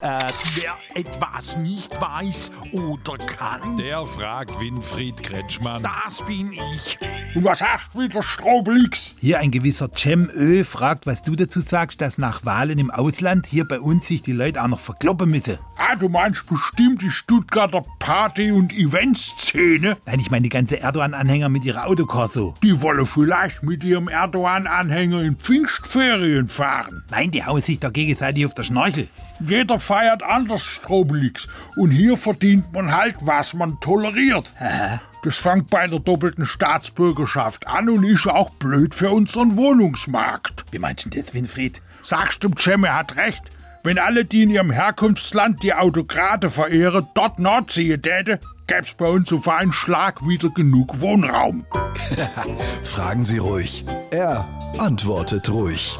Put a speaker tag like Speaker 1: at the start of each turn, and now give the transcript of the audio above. Speaker 1: Äh, wer etwas nicht weiß oder kann,
Speaker 2: Der fragt Winfried Kretschmann.
Speaker 1: das bin ich.
Speaker 3: Und was hast du wieder, Straublix?
Speaker 4: Hier ein gewisser Cem Ö fragt, was du dazu sagst, dass nach Wahlen im Ausland hier bei uns sich die Leute auch noch verkloppen müssen.
Speaker 3: Ah, du meinst bestimmt die Stuttgarter Party- und Eventszene?
Speaker 4: Nein, ich meine die ganze Erdogan-Anhänger mit ihrer Autokorso.
Speaker 3: Die wollen vielleicht mit ihrem Erdogan-Anhänger in Pfingstferien fahren.
Speaker 4: Nein, die hauen sich da gegenseitig auf der Schnorchel.
Speaker 3: Jeder feiert anders, Strobelix. Und hier verdient man halt, was man toleriert. Das fängt bei der doppelten Staatsbürgerschaft an und ist auch blöd für unseren Wohnungsmarkt.
Speaker 4: Wie meinst du denn das, Winfried?
Speaker 3: Sagst du, Cem, er hat recht. Wenn alle, die in ihrem Herkunftsland die Autokrate verehren, dort Nordsee täte, gäb's bei uns auf einen Schlag wieder genug Wohnraum.
Speaker 5: Fragen Sie ruhig. Er antwortet ruhig.